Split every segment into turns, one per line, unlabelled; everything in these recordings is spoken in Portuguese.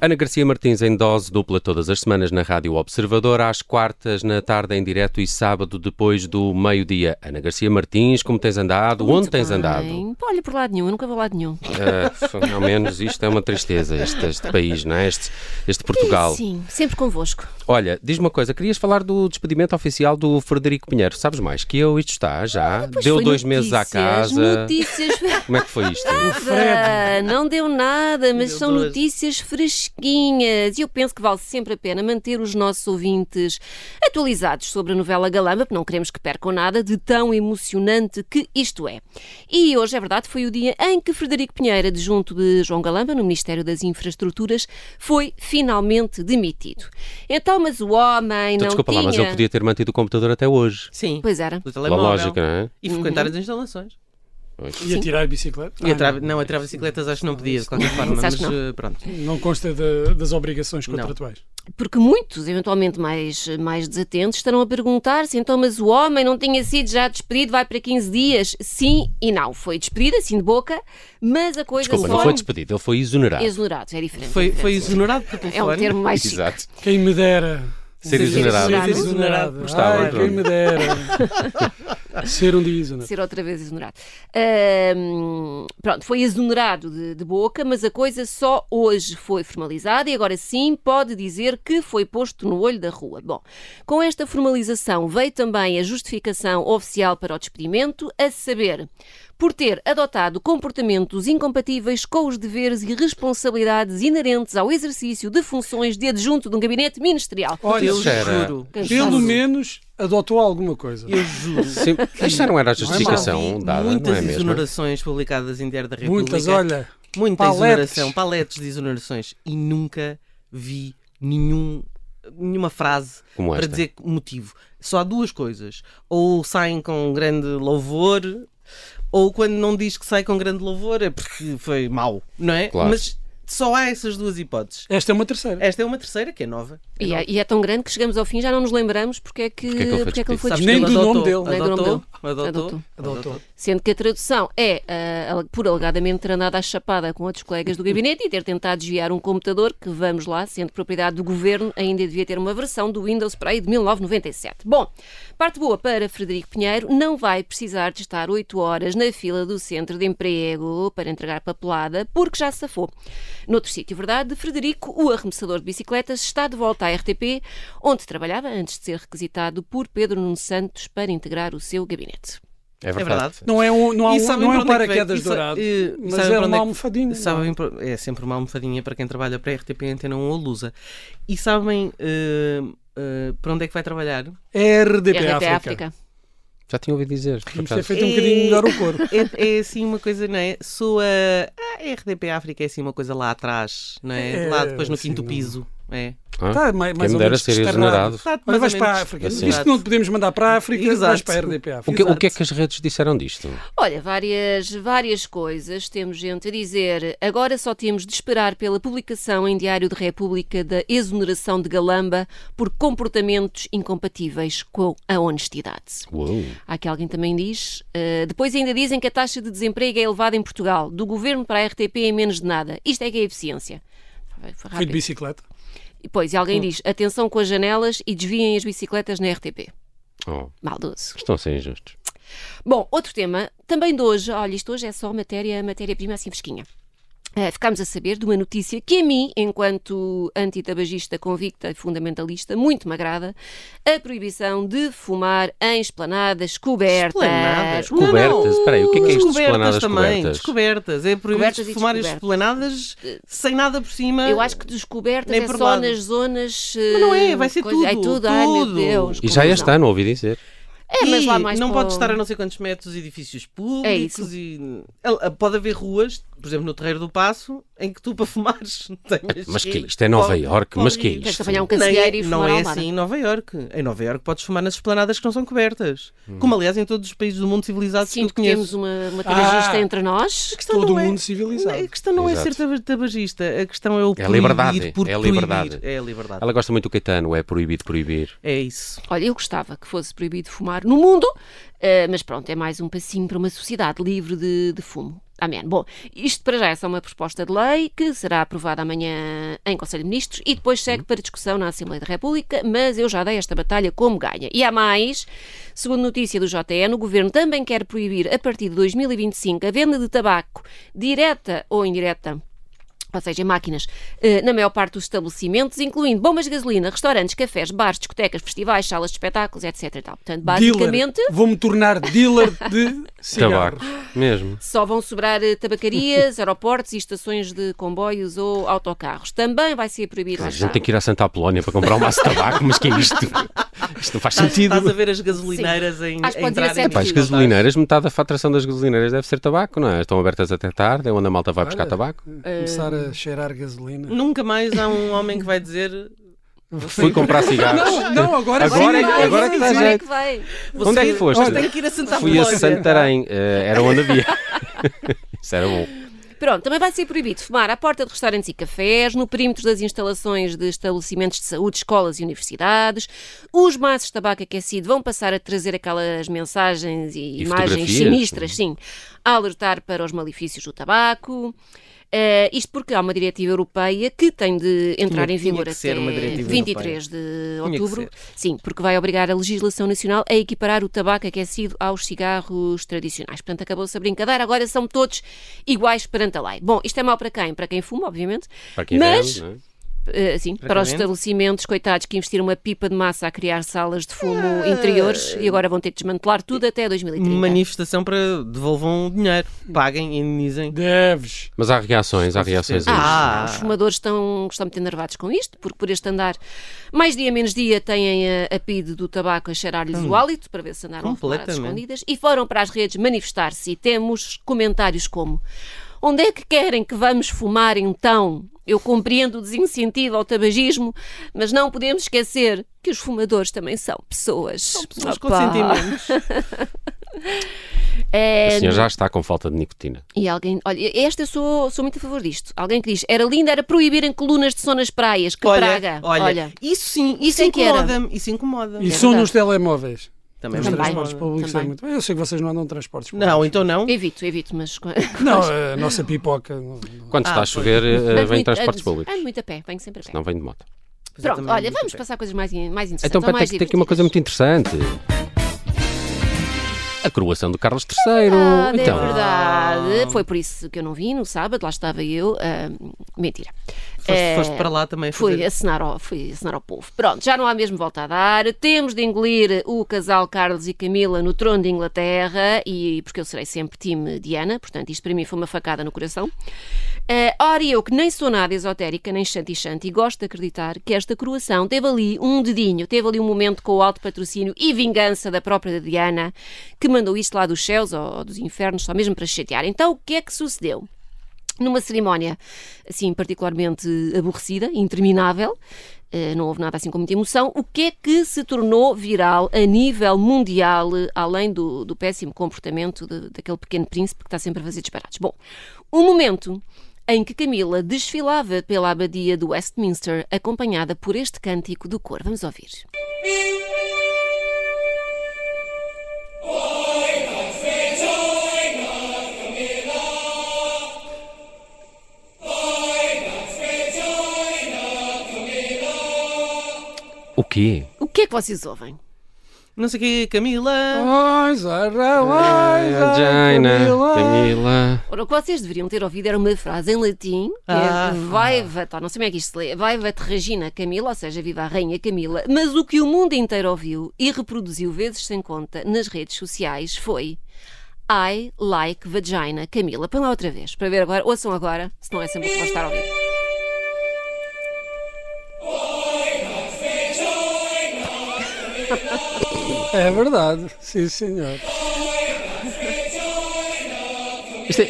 Ana Garcia Martins em dose dupla todas as semanas na Rádio Observador, às quartas na tarde em direto e sábado depois do meio-dia. Ana Garcia Martins, como tens andado?
Muito
Onde tens
bem.
andado?
Pô, Olha, por lado nenhum, eu nunca vou a lado nenhum.
Ah, ao menos isto é uma tristeza, este, este país, não é? Este, este Portugal.
Sim, sempre convosco.
Olha, diz uma coisa, querias falar do despedimento oficial do Frederico Pinheiro. Sabes mais que eu, isto está já,
Ah, Pois
deu
foi
dois meses à
notícias,
casa.
Notícias. Ah,
Como é que foi isto?
Nada, não deu nada, mas são notícias fresquinhas e eu penso que vale sempre a pena manter os nossos ouvintes atualizados sobre a novela Galamba, porque não queremos que percam nada de tão emocionante que isto é. E hoje, é verdade, foi o dia em que Frederico Pinheira, adjunto de João Galamba, no Ministério das Infraestruturas, foi finalmente demitido. Então, mas o homem
Então,
não
Desculpa
tinha...
lá, mas ele podia ter mantido o computador até hoje.
Sim.
Pois era. Uhum.
Do
Pela
telemóvel.
lógica, não é?
E frequentar as instalações.
E atirar bicicleta?
E
Ah,
atra...
não.
Não, atirar bicicletas acho que não podia, de qualquer forma.
Isso
Mas
acho que
eh, pronto.
Não consta da- das obrigações contratuais.
Porque muitos, eventualmente mais, mais desatentos, estarão a perguntar-se então, mas o homem não tinha sido já despedido, vai para 15 dias? Sim e não. Foi despedido, assim de boca, mas a coisa
Desculpa,
só
não foi despedido, ele foi exonerado.
exonerado. É diferente.
Foi,
é diferente.
foi exonerado por
É um
telefone.
termo mais chique.
Exato.
Quem me dera.
Ser exonerado.
Ser
Exonerado.
exonerado.
Gostava,
então.
Ai,
João.
quem me dera. Ser um dia exonerado.
Ser outra vez exonerado. Ahm, pronto, foi exonerado de, de boca, mas a coisa só hoje foi formalizada e agora sim pode dizer que foi posto no olho da rua. Bom, com esta formalização veio também a justificação oficial para o despedimento, a saber, por ter adotado comportamentos incompatíveis com os deveres e responsabilidades inerentes ao exercício de funções de adjunto de um gabinete ministerial.
Olha,
Eu
Será?
juro.
pelo menos adotou alguma coisa.
Eu juro.
Sim, isto já não era a
Já
justificação
vi
dada,
muitas
não é mesmo?
exonerações publicadas em Diário da República.
Muitas, olha.
Muita
paletes.
exoneração, paletes de exonerações. E nunca vi nenhum, nenhuma frase
Como
para
esta.
dizer o motivo. Só há duas coisas. Ou saem com grande louvor, ou quando não diz que sai com grande louvor é porque foi mau, não é?
Claro.
Mas só há essas duas hipóteses.
Esta é uma terceira.
Esta é uma terceira, que é nova.
E é, e é tão grande que chegamos ao fim já não nos lembramos porque é que,
Porque é que ele foi
porque é que ele foi
despedido.
Sabes que ele
Nem do
adotou,
nome dele.
Nem do nome
Adotou,
dele.
adotou,
Adotou.
adotou.
Sendo que a tradução é, ah, al- por alegadamente ter andado à chapada com outros colegas do gabinete e ter tentado desviar um computador que, vamos lá, sendo propriedade do governo, ainda devia ter uma versão do Windows para aí de 1997. Bom, parte boa para Frederico Pinheiro, não vai precisar de estar 8 horas na fila do centro de emprego para entregar papelada, porque já safou. Noutro sítio, verdade, Frederico, o arremessador de bicicletas, está de volta à RTP, onde trabalhava antes de ser requisitado por Pedro Nuno Santos para integrar o seu gabinete.
É
É verdade.
verdade.
Não é um, não há
E
um,
sabem
não é um
para onde é que
paraquedas
vem? E sa-
dourado.
e-
Mas
sabem para
é
onde
uma
é que-
almofadinha.
Sabem pro- é sempre uma almofadinha para quem trabalha para a RTP Antena 1 ou Lusa. E sabem eh, eh, para onde é que vai trabalhar?
É RDP,
RTP
África.
Já tinha ouvido dizer. por
Vamos ter
acaso.
feito um
E-
bocadinho melhor o corpo.
É, é assim uma coisa, não é? Soa. A RDP África é assim uma coisa lá atrás, não é?
É,
lá depois no quinto
sim, não-
piso. É.
Ah,
Tá, mais, mais
Quem me
ou
dera
menos Tá,
ser
desterrado.
exonerado.
Está mais
Olha,
ou
vais para a
menos-
África.
Assim.
Visto que não te podemos mandar para a África, vais
Exato.
para a RDP África.
O que, o que é
Exato.
que as redes disseram disto?
Olha, várias, várias coisas. Temos gente a dizer agora só temos de esperar pela publicação em Diário de República da exoneração de Galamba por comportamentos incompatíveis com a honestidade.
Uou.
Há que alguém também diz. eh, depois ainda dizem que a taxa de desemprego é elevada em Portugal. Do governo para a RTP é menos de nada. Isto é que é eficiência. Foi
Fui de
rápido.
bicicleta.
E, Pois, e alguém diz atenção com as janelas e desviem as bicicletas na RTP.
Oh,
Maldoso.
estão a ser injustos.
Bom, outro tema, também de hoje, olha, isto hoje é só matéria, matéria-prima assim fresquinha. Eh, ficámos a saber de uma notícia que a mim, enquanto antitabagista convicta e fundamentalista, muito me agrada, a proibição de fumar em esplanadas cobertas.
Esplanadas?
Não, não,
Cobertas? Espera aí, o que é que é isto de
Descobertas
esplanadas
também,
cobertas?
descobertas. É proibido
Cobertas e
fumar
descobertas. Eh,
esplanadas sem nada por cima.
Eu acho que descobertas
Nem
é
por
só
lado.
nas zonas... eh,
Mas não é, vai ser
coisa- Ai,
tudo,
tudo, ai meu
tudo.
Deus.
E já
confusão.
este ano, ouvi dizer.
É, mas
E
lá mais
não
para o-
pode estar a não sei quantos metros edifícios públicos
É isso.
e ah, pode haver ruas, por exemplo, no Terreiro do Passo, em que tu para fumares tens
Mas que
ir.
isto é Nova
Corre-
Iorque,
corre
mas que é
risco.
Tens de
isto?
apanhar um
Não é,
canseeiro e fumar
não
à
é
almada.
assim em Nova Iorque. Em Nova Iorque podes fumar nas esplanadas que não são cobertas.
Hum.
Como aliás em todos os países do mundo civilizados que
Sinto que
eu conheço.
temos um- uma, uma tabagista
Ah.
entre nós.
A questão
Todo
não é-
mundo civilizado.
A questão não é
Exato.
ser taba- tabagista, a questão é o
É a liberdade,
proibir por
é a
proibir.
liberdade.
É a liberdade.
Ela gosta muito do Caetano, é proibido proibir.
É isso.
Olha, eu gostava que fosse proibido fumar no mundo, eh, mas pronto, é mais um passinho para uma sociedade livre de, de fumo. Amém. Bom, isto para já é só uma proposta de lei que será aprovada amanhã em Conselho de Ministros e depois segue para discussão na Assembleia da República, mas eu já dei esta batalha como ganha. E há mais, segundo notícia do JN, o Governo também quer proibir a partir de 2025 a venda de tabaco direta ou indireta ou seja, máquinas, eh, na maior parte dos estabelecimentos, incluindo bombas de gasolina, restaurantes, cafés, bares, discotecas, festivais, salas de espetáculos, etc. e tal. Portanto, basicamente,
Dealer. Vou-me tornar dealer
Então
de cigarros.
Tabaco. Mesmo.
só vão sobrar eh, tabacarias, aeroportos e estações de comboios ou autocarros. Também vai ser proibido.
A
lá
gente
está.
tem que ir a Santa Apolónia para comprar um maço de tabaco, mas que é isto? Isto não faz sentido.
Estás a ver as gasolineiras em,
Acho que
a
pode vir a
entrarem
ser tá?
no
Pá, as
Sim, não
gasolineiras, metade da faturação das gasolineiras deve ser tabaco, não é? Estão abertas até tarde, é onde a malta vai buscar
Olha.
tabaco.
Começar a cheirar gasolina.
Nunca mais há um homem que vai dizer
Fui comprar cigarros.
Não, não, agora sim,
Agora é-
não,
agora é que
sim,
dá
sim.
Agora é
jeito.
que vai.
"Você
Onde é que foste?
Olha, tem que ir a Santa
Fui a
Apolónia."
Santarém, eh, era onde havia. Isso era bom.
Pronto, também vai ser proibido fumar à porta de restaurantes e cafés, no perímetro das instalações de estabelecimentos de saúde, escolas e universidades. Os maços de tabaco aquecido vão passar a trazer aquelas mensagens e,
E
imagens
fotografias.
sinistras, sim, a alertar para os malefícios do tabaco. Eh, isto porque há uma diretiva europeia que tem de entrar
Tinha-
em
tinha
vigor
que
até
ser uma diretiva
23 de
Tinha que
outubro.
ser.
Sim, porque vai obrigar a legislação nacional a equiparar o tabaco aquecido aos cigarros tradicionais. Portanto, acabou-se a brincadeira, agora são todos iguais perante a lei. Bom, isto é mau para quem? Para quem fuma, obviamente.
Para quem
Mas,
vende, não é?
eh, sim, para os
quem vende.
estabelecimentos, coitados, que investiram uma pipa de massa a criar salas de fumo
Ah.
interiores e agora vão ter de desmantelar tudo até 2030.
Manifestação para devolvam o dinheiro, paguem, indenizem.
Deves.
Mas há reações, há reações a isto.
Ah,
Ah.
os fumadores estão, estão muito enervados com isto, porque por este andar, mais dia menos dia, têm eh, a, a PIDE do tabaco a cheirar-lhes o hálito para ver se andaram a fumar às
Hum. Completamente.
escondidas e foram para as redes manifestar-se. E temos comentários como: Onde é que querem que vamos fumar então? Eu compreendo o desincentivo ao tabagismo, mas não podemos esquecer que os fumadores também são pessoas. São
Pessoas com sentimentos.
Ah, É
O senhor já está com falta de nicotina.
e alguém, olha, esta eu sou, sou muito a favor disto. Alguém que diz, era lindo, era proibirem colunas de som nas praias, que praga.
Olha, olha, isso sim, isso
é que era.
incomoda-me, isso incomoda.
E som nos telemóveis.
Também,
Os
Também.
transportes públicos
Também.
é muito. Eu sei que vocês não andam de transportes públicos.
Não, então não.
Evito, evito, mas.
Eh,
Não, a nossa pipoca. não- não.
Quando está a
pois.
chover, eh,
Mas eh,
vem
muito-
transportes
ando-
públicos.
Ando muito a pé, venho sempre a pé.
Não vem de moto.
Pronto,
Exatamente.
olha, vamos passar a coisas mais, in- mais interessantes.
Então,
ou
para
mais
ter aqui uma coisa muito
divertidas.
interessante. A coroação do Carlos III.
Ah,
então,
é verdade. Foi por isso que eu não vim no sábado, lá estava eu. ah, mentira.
Foste,
Eh,
foste para lá também.
Fui
fazer-
acenar, ao, fui acenar ao povo. Pronto, já não há mesmo volta a dar. Temos de engolir o casal Carlos e Camila no trono de Inglaterra, e porque eu serei sempre time Diana, portanto, isto para mim foi uma facada no coração. Eh, ora, eu que nem sou nada esotérica, nem xanti-xanti, gosto de acreditar que esta coroação teve ali um dedinho, teve ali um momento com o alto patrocínio e vingança da própria Diana, que mandou isto lá dos céus ou, ou dos infernos, só mesmo para chatear. Então, o que é que sucedeu? numa cerimónia assim particularmente aborrecida, interminável, eh, não houve nada assim com muita emoção, o que é que se tornou viral a nível mundial, eh, além do, do péssimo comportamento de- daquele pequeno príncipe que está sempre a fazer disparates? Bom, o momento em que Camila desfilava pela abadia do Westminster, acompanhada por este cântico do cor. Vamos ouvir.
o quê?
O que é que vocês ouvem?
Não sei o que,
Oh.
Camila.
Ai, Zara, ai,
É.
Zara,
Angina,
Camila.
Camila.
Ora, o que vocês deveriam ter ouvido era uma frase em latim, que
Ah.
é Vaiva, não sei como é que isto se lê, Vaiva-te Regina Camila, ou seja, viva a Rainha Camila, mas o que o mundo inteiro ouviu e reproduziu vezes sem conta nas redes sociais foi I like vagina Camila. Põe lá outra vez, para ver agora, ouçam agora, senão é sempre o que vão estar a ouvir.
É verdade, sim senhor.
Isto é,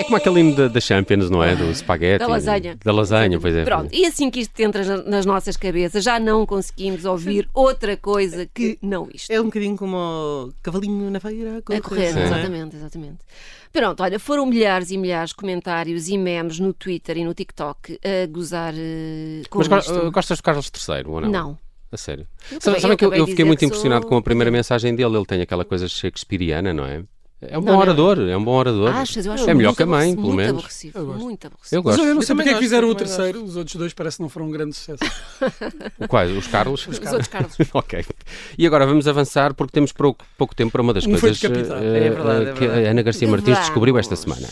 é como aquele hino da, da Champions, não é? Do espaguete.
Ah, Da lasanha.
Da lasanha, pois é.
Pronto, e assim que isto entra na- nas nossas cabeças, já não conseguimos ouvir outra coisa que não isto.
É um bocadinho como o cavalinho na feira a correr.
A correr,
não é?
exatamente, exatamente. Pronto, olha, foram milhares e milhares de comentários e memes no Twitter e no TikTok a gozar eh, com
Mas
isto.
go- gostas do Carlos III ou não?
Não.
A sério. Sabem
Eu também-
sabem
eu
que eu,
acabei
eu
de
fiquei
dizer
muito
que sou-
impressionado com a primeira mensagem dele. Ele tem aquela coisa shakespeariana, não é? É um
Não,
bom
não.
orador, é um bom orador.
Achas? Eu acho
É melhor
muito
que a mãe,
aborrecido,
pelo
muito
menos.
Aborrecido,
Eu gosto.
muito aborrecido.
Eu
Mas
gosto.
eu não sei
também
porque é que
gosto,
fizeram o
também gosto.
terceiro, os outros dois parece que não foram um grande sucesso.
Quais? Os Carlos?
Os outros Carlos.
ok. E agora vamos avançar porque temos pouco, pouco tempo para uma das
Um foi
coisas
decapitado.
eh,
É verdade, é
que
verdade.
a Ana Garcia Martins
Vamos.
descobriu esta semana.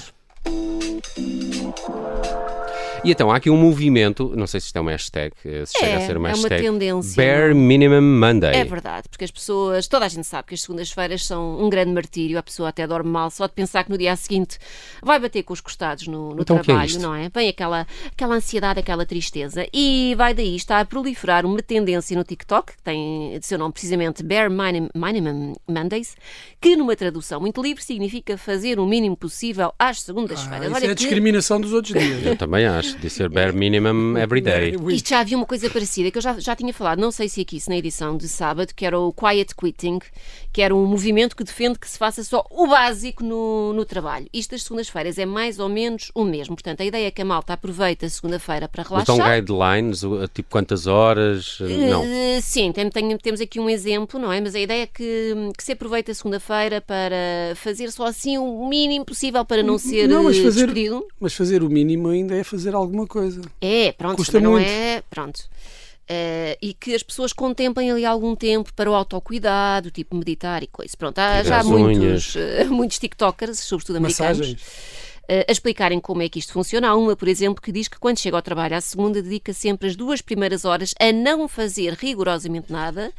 E então, há aqui um movimento, não sei se isto é uma hashtag, eh, se chega a
É,
ser uma
é uma
hashtag,
tendência,
Bare Minimum Monday.
É verdade, porque as pessoas, toda a gente sabe que as segundas-feiras são um grande martírio, a pessoa até dorme mal só de pensar que no dia seguinte vai bater com os costados no, no
Então, o que é
trabalho,
isto?
não é? Vem aquela, aquela ansiedade, aquela tristeza. E vai daí, está a proliferar uma tendência no TikTok, que tem de seu nome precisamente Bare Minim- Minimum Mondays, que numa tradução muito livre significa fazer o mínimo possível às
Ah,
segundas-feiras.
isso
Olha
é
que-
a discriminação dos outros dias.
Eu também acho, de ser Bare Minimum Every Day.
Ui,
Isto já havia uma coisa parecida que eu já, já tinha falado, não sei se aqui, se na edição de sábado, que era o Quiet Quitting, que era um movimento que defende que se faça só o básico no, no trabalho. Isto das segundas-feiras é mais ou menos o mesmo. Portanto, a ideia é que a malta aproveita a segunda-feira para
Mas dão
relaxar.
guidelines, o- tipo quantas horas, eh, não.
Eh, Sim, tem- tem- temos aqui um exemplo, não é? Mas a ideia é que, que se aproveita a segunda-feira para fazer só assim o mínimo possível para não ser
não, mas
eh,
fazer-
despedido.
Mas fazer o mínimo ainda é fazer alguma coisa.
É, pronto,
Custa
também não
muito.
é. Pronto. Eh, e que as pessoas contemplem ali algum tempo para o autocuidado, tipo meditar e coisa. Pronto, há,
Tirar
já há
as
muitos, eh, muitos TikTokers, sobretudo americanos,
Massagens.
eh, a explicarem como é que isto funciona. Há uma, por exemplo, que diz que quando chega ao trabalho à segunda, dedica sempre as duas primeiras horas a não fazer rigorosamente nada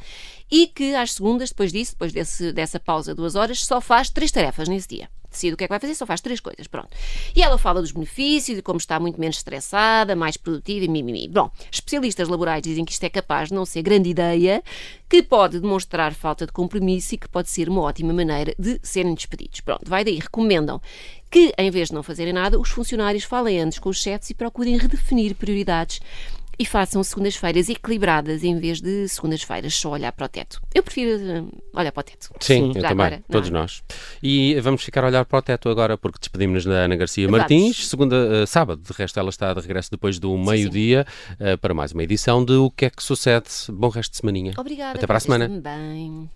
e que às segundas, depois disso, depois desse- dessa pausa de duas horas, só faz três tarefas nesse dia. Decide o que é que vai fazer, só faz três coisas, pronto. E ela fala dos benefícios, de como está muito menos estressada, mais produtiva e mimimi. Bom, especialistas laborais dizem que isto é capaz de não ser grande ideia, que pode demonstrar falta de compromisso e que pode ser uma ótima maneira de serem despedidos. Pronto, vai daí, recomendam que, em vez de não fazerem nada, os funcionários falem antes com os chefes e procurem redefinir prioridades e façam segundas-feiras equilibradas em vez de segundas-feiras só olhar para o teto. Eu prefiro hum, olhar para o teto.
Sim, eu
Já
também,
agora, não
todos
é?
nós. E vamos ficar a olhar para o teto agora, porque despedimos-nos da Ana Garcia
Vamos.
Martins, segunda, eh, sábado, de resto ela está de regresso depois do meio-dia eh, para mais uma edição de O que é que sucede. Bom resto de semaninha.
Obrigada.
Até para a
vocês
semana.
Também.